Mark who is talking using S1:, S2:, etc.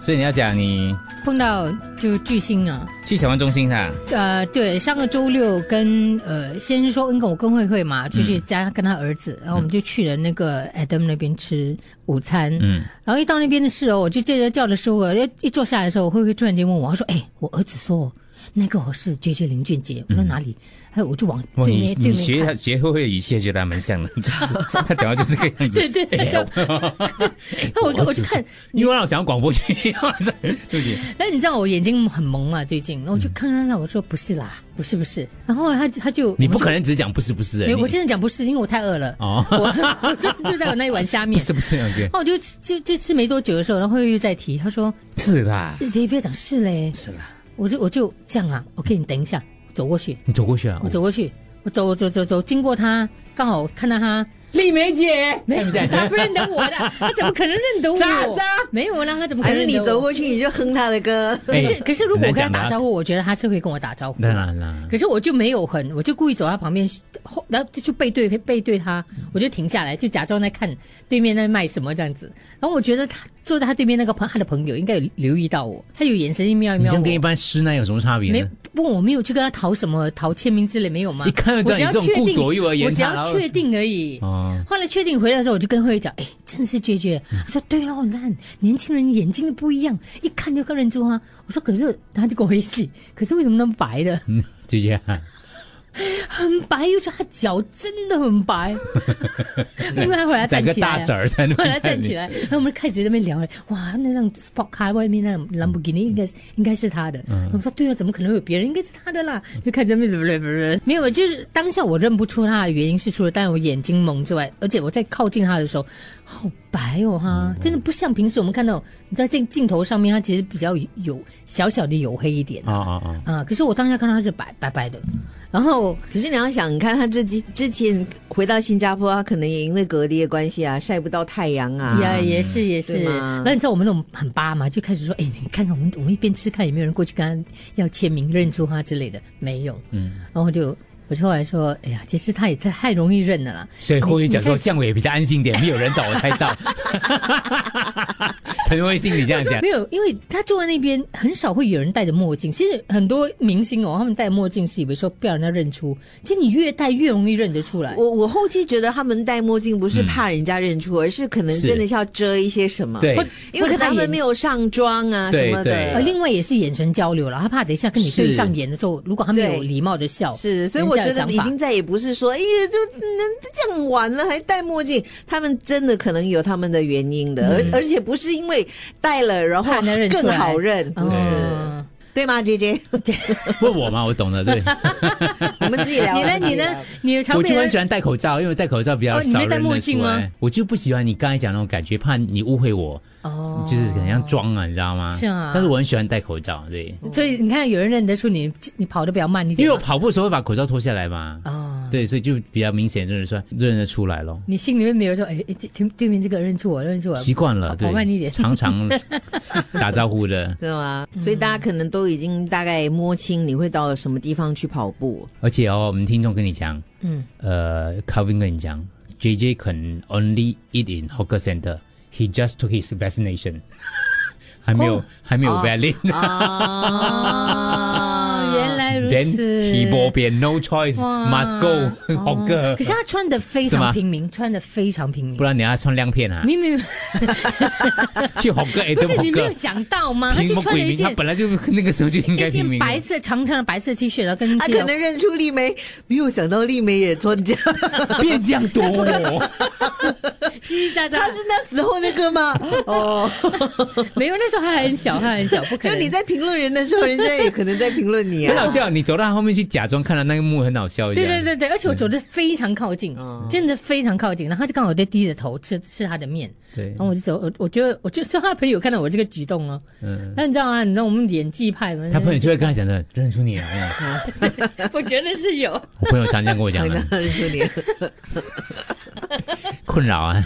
S1: 所以你要讲你
S2: 碰到就巨星啊，
S1: 去小贩中心噻，
S2: 呃，对，上个周六跟呃先是说恩跟我跟慧慧嘛，就去家跟他儿子，
S1: 嗯
S2: 然后我们就去了那个 Adam 那边吃午餐，
S1: 嗯，
S2: 然后一到那边的时候，我就接着叫的时候，一一坐下来的时候，慧慧突然间问我，她说：“哎，我儿子说那个我是 J J 林俊杰。”我说哪里？哎，我就往
S1: 哇，嗯
S2: 对
S1: 你
S2: 面对
S1: 你学
S2: 面
S1: 他
S2: 看。
S1: 学会会语气，觉得还蛮像 的，他讲话就是这个哎样
S2: 对
S1: 子。
S2: 对，就 那我我就看，
S1: 因为让我想到广播剧，对不起，
S2: 哎，你知道我眼睛很蒙嘛，最近，然后
S1: 嗯
S2: 我就看看看，我说不是啦，不是不是，然后他他就
S1: 你不可
S2: 能，
S1: 能只讲不是不是，
S2: 没有
S1: 你
S2: 我真的讲不是，因为我太饿了，
S1: 哦，
S2: 我 就就在我那一碗虾
S1: 不
S2: 面，
S1: 是不是，OK，
S2: 然后我就吃就就吃没多久的时候，然后又在提，他说
S1: 是啦，
S2: 谁不要讲是嘞，
S1: 是啦，
S2: 我就我就这样啊，OK，你等一下，走过去，
S1: 你走过去啊，
S2: 我走过去，我走走走走，经过他，刚好看到他，
S1: 丽梅姐，
S2: 没有，他不认得我的，他怎么可能认得 我？
S1: 渣渣
S2: 没有啊啦，他怎么可
S3: 还
S2: 能
S3: 是
S2: 认得
S3: 你
S2: 我
S3: 走？过去你就哼他的歌，
S2: 可是
S1: 哎
S2: 可是如果我跟他
S1: 很难讲的
S2: 打
S1: 啊
S2: 招呼，我觉得他是会跟我打招呼的
S1: 当。然啦，
S2: 可是我就没有很，我就故意走他旁边，后然后就背对背对他，我就停下来，就假装在看对面在卖什么这样子。然后我觉得他坐在他对面那个朋他的朋友应该有留意到我，他有眼神一瞄一
S1: 你这
S2: 瞄
S1: 样跟一
S2: 我。
S1: 般师奶有什么差别
S2: 没
S1: 呢？
S2: 不，我没有去跟他讨什么讨签名之类，没有吗？
S1: 一看就知道你
S2: 我只要
S1: 这种
S2: 确定
S1: 顾左右而言
S2: 我只
S1: 他
S2: 要
S1: 然后
S2: 确定而已。
S1: 哦，
S2: 后来确定回来的时候，我就跟慧慧讲，哎，真的是 J J。他说对咯，你看年轻人眼睛都不一样，一看就认出他。啊我说可是他就跟我一起，可是为什么那么白的？
S1: 嗯，姐姐，
S2: 很白，又是他脚真的 很白，因为他后来
S1: 整
S2: 站
S1: 个
S2: 起
S1: 大
S2: 来
S1: 婶儿在那
S2: 啊。后
S1: 边
S2: 来站 起来，然后我们开始在那边聊，哇，那辆 sport car 外面那兰博基尼应该是应该是他的。
S1: 嗯
S2: 我们说对啊，怎么可能会有别人？应该是他的啦。就开始在那边没有，就是当下我认不出他的原因是除了当然我眼睛蒙之外，而且我在靠近他的时候，好白哦哈，
S1: 嗯
S2: 真的不像平时我们看到你在镜镜头上面，他其实比较有小小的黝黑一点
S1: 啊啊啊！
S2: 啊。可是我当下看到他是白白白的，然后
S3: 可是你要想，你看他之前之前回到新加坡，他可能也因为隔离的关系啊，晒不到太阳啊。
S2: 也也是也是，
S3: 对吗
S2: 然后你知道我们那种很巴嘛，就开始说，哎，你看看我们，我们一边吃，看有没有人过去跟他要签名、认出他之类的，没有。嗯，然后就我就后来说，哎呀，其实他也太太容易认了 啦。
S1: 所以慧慧讲说，
S2: 你
S1: 这样我也比较安心点，没有人找我拍 照。陈慧欣，你这样讲
S2: 没有，因为他坐在那边，很少会有人戴着墨镜。其实很多明星哦，他们戴墨镜是以为说不要让人家认出，其实你越戴越容易认得出来。
S3: 我我后期觉得他们戴墨镜不是怕人家认出，而是可能
S1: 是
S3: 真的是要遮一些什么。
S1: 对
S2: 或
S3: 因为可能他
S2: 或者
S3: 们没有上妆啊
S1: 对
S3: 什么
S1: 对
S2: 呃，
S3: 的。
S2: 另外也是眼神交流了，他怕等一下跟你对
S1: 是
S2: 上眼的时候，如果他没有
S3: 对
S2: 礼貌的笑，
S3: 是，所以我
S2: 人
S3: 觉
S2: 家有
S3: 得已
S2: 想法
S3: 经再也不是说，哎呀，就能这样晚了还戴墨镜，他们真的可能有他们的原因的，而、而且不是因为戴了然
S2: 嗯
S3: 后
S2: 怕人家认出来
S3: 更好认，不是、
S2: 哦
S3: 对吗 ？J J，
S1: 问我嘛，我懂的，对。
S3: 我们自己聊。
S2: 你 呢？你呢？你有常
S1: 我
S2: 被
S1: 就很
S2: 人
S1: 喜欢戴口罩，因为戴口罩比较
S2: 哦你
S1: 少
S2: 没
S1: 人
S2: 戴墨
S1: 认出
S2: 镜吗
S1: 来我就不喜欢你刚才讲那种感觉，怕你误会我，
S2: 哦
S1: 就是很像装啊，你知道吗？
S2: 是啊
S1: 但是我很喜欢戴口罩，对，
S2: 嗯所以你看，有人认得出你，你跑得比较慢一
S1: 因
S2: 点
S1: 为
S2: 嘛。
S1: 我跑步的时候会把口罩脱下来嘛。
S2: 哦，
S1: 对，所以就比较明显认得出来，认得出来咯。
S2: 你心里面没有说，哎，哎这对对面这个认出我，认出我。
S1: 习惯
S2: 跑
S1: 了，对，
S2: 跑慢一点
S1: 常 常打招呼的，
S3: 对吗？所以大家可能都已经大概摸清你会到什么地方去跑步。
S1: 而且哦，我们听众跟你讲，
S2: 嗯，
S1: 呃，Calvin 跟你讲，JJ can only eat in hawker center. He just took his vaccination. 还没有，还没有 valid.
S2: 哦，原来如
S1: Then
S2: 此。
S1: he bo bian, no choice,
S2: 哇
S1: must go
S2: 哦
S1: hawker.
S2: 可是他穿的非
S1: 是吗
S2: 常平民，穿的非常平民
S1: 不。然你要穿亮片啊，
S2: 明明
S1: 去 hawker 哎，
S2: 不
S1: 对
S2: 是你没有
S1: hawker。
S2: 想到吗？他
S1: 平
S2: 就
S1: 民
S2: 穿了
S1: 鬼
S2: 一
S1: 民，他
S2: 件
S1: 本来就那个时候就应该
S2: 一
S1: 平
S2: 件
S1: 民。
S2: 白色长长的白色 T 恤，然后跟
S3: 他啊可能认出丽梅，没有想到丽梅也参 加，
S1: 变这样多哦，
S2: 叽叽喳喳
S3: 他是。那时候那个 吗？哦，
S2: 没有，那时候他还很小，他很 小，不可
S3: 就
S2: 能。
S3: 你在评论人的时候，人家也可能在评论你
S1: 很好
S3: 啊。
S1: 笑。你走到他后面去假装看到那一幕，很好笑一样。嗯
S2: 对对对对，而且我走的非常靠近，真的非常靠近，然后他就刚好在低着头吃吃他的面，
S1: 对
S2: 然后我就走，我我觉得我就 知道他朋友看到我这个举动哦，
S1: 嗯，
S2: 那你知道吗？你知道我们演技派吗？
S1: 他朋友就会跟他讲的，认出你啊哎来了。
S2: 我觉得是有。
S1: 我朋友常常跟我讲
S3: 常
S1: 的
S3: 常认出你。
S1: 困扰啊。